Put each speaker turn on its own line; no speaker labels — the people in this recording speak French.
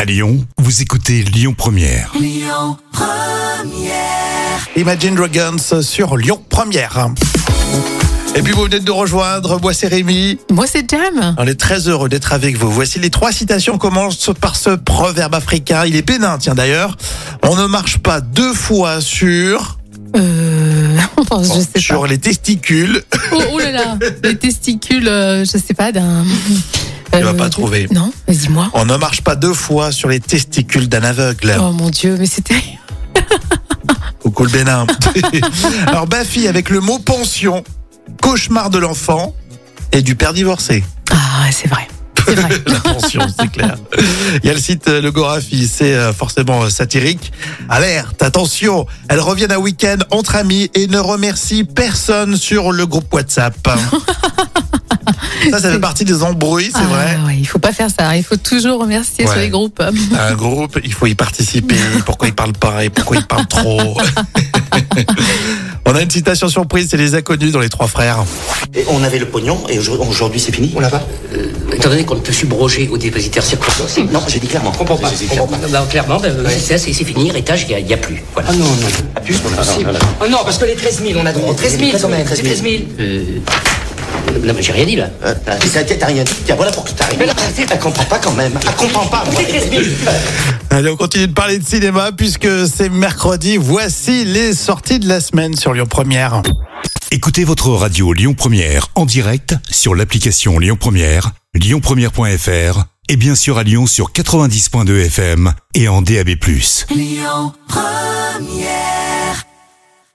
À Lyon, vous écoutez Lyon Première.
Imagine Dragons sur Lyon Première. Et puis vous venez de nous rejoindre, moi c'est Rémi.
Moi, c'est Jam.
On est très heureux d'être avec vous. Voici les trois citations commencent par ce proverbe africain. Il est pénin, tiens d'ailleurs. On ne marche pas deux fois sur
Euh... je sais
sur
pas.
les testicules.
Oh, oh là là, les testicules, euh, je sais pas, d'un.
vas
Euh,
pas trouver.
Non, mais dis-moi.
On ne marche pas deux fois sur les testicules d'un aveugle.
Oh mon dieu, mais c'était.
Coucou le Bénin. Alors Bafi avec le mot pension, cauchemar de l'enfant et du père divorcé.
Ah, c'est vrai. C'est vrai.
la pension, c'est clair. Il y a le site euh, Le Gorafi, c'est euh, forcément euh, satirique. Alerte, attention, elles reviennent à week-end entre amis et ne remercient personne sur le groupe WhatsApp. ça, ça fait partie des embrouilles, c'est
Ah,
vrai.
ouais, il faut pas faire ça. Il faut toujours remercier sur
Ouais.
les groupes.
Un groupe, il faut y participer. Pourquoi ils parlent pas et pourquoi ils parlent trop On a une citation surprise, c'est les inconnus dans les trois frères.
Et on avait le pognon et aujourd'hui- aujourd'hui c'est fini.
On l'a pas
Euh,
Étant donné qu'on ne peut subroger au dépositaire circonstancié.
non, j'ai dit clairement.
comprends pas.
J'ai dit
je comprends
clairement.
pas. Bah, clairement, bah, c'est c'est- c'est fini, héritage, il n'y a, plus. Voilà.
Ah non, non. Ah, plus, c'est possible.
Oh non, parce que les 13 000, on a droit.
13 000, quand même, 13
000. Euh... Non, mais j'ai rien dit là.
Euh, t'as- t'as rien dit. Tiens, voilà pour qui t'arrives.
Mais là,
Elle comprend pas quand même. Elle comprend pas. moi.
C'est 13 000.
Allez, on continue de parler de cinéma puisque c'est mercredi. Voici les sorties de la semaine sur Lyon Première.
Écoutez votre radio Lyon Première en direct sur l'application Lyon Première, lyonpremière.fr et bien sûr à Lyon sur 90.2 FM et en DAB+.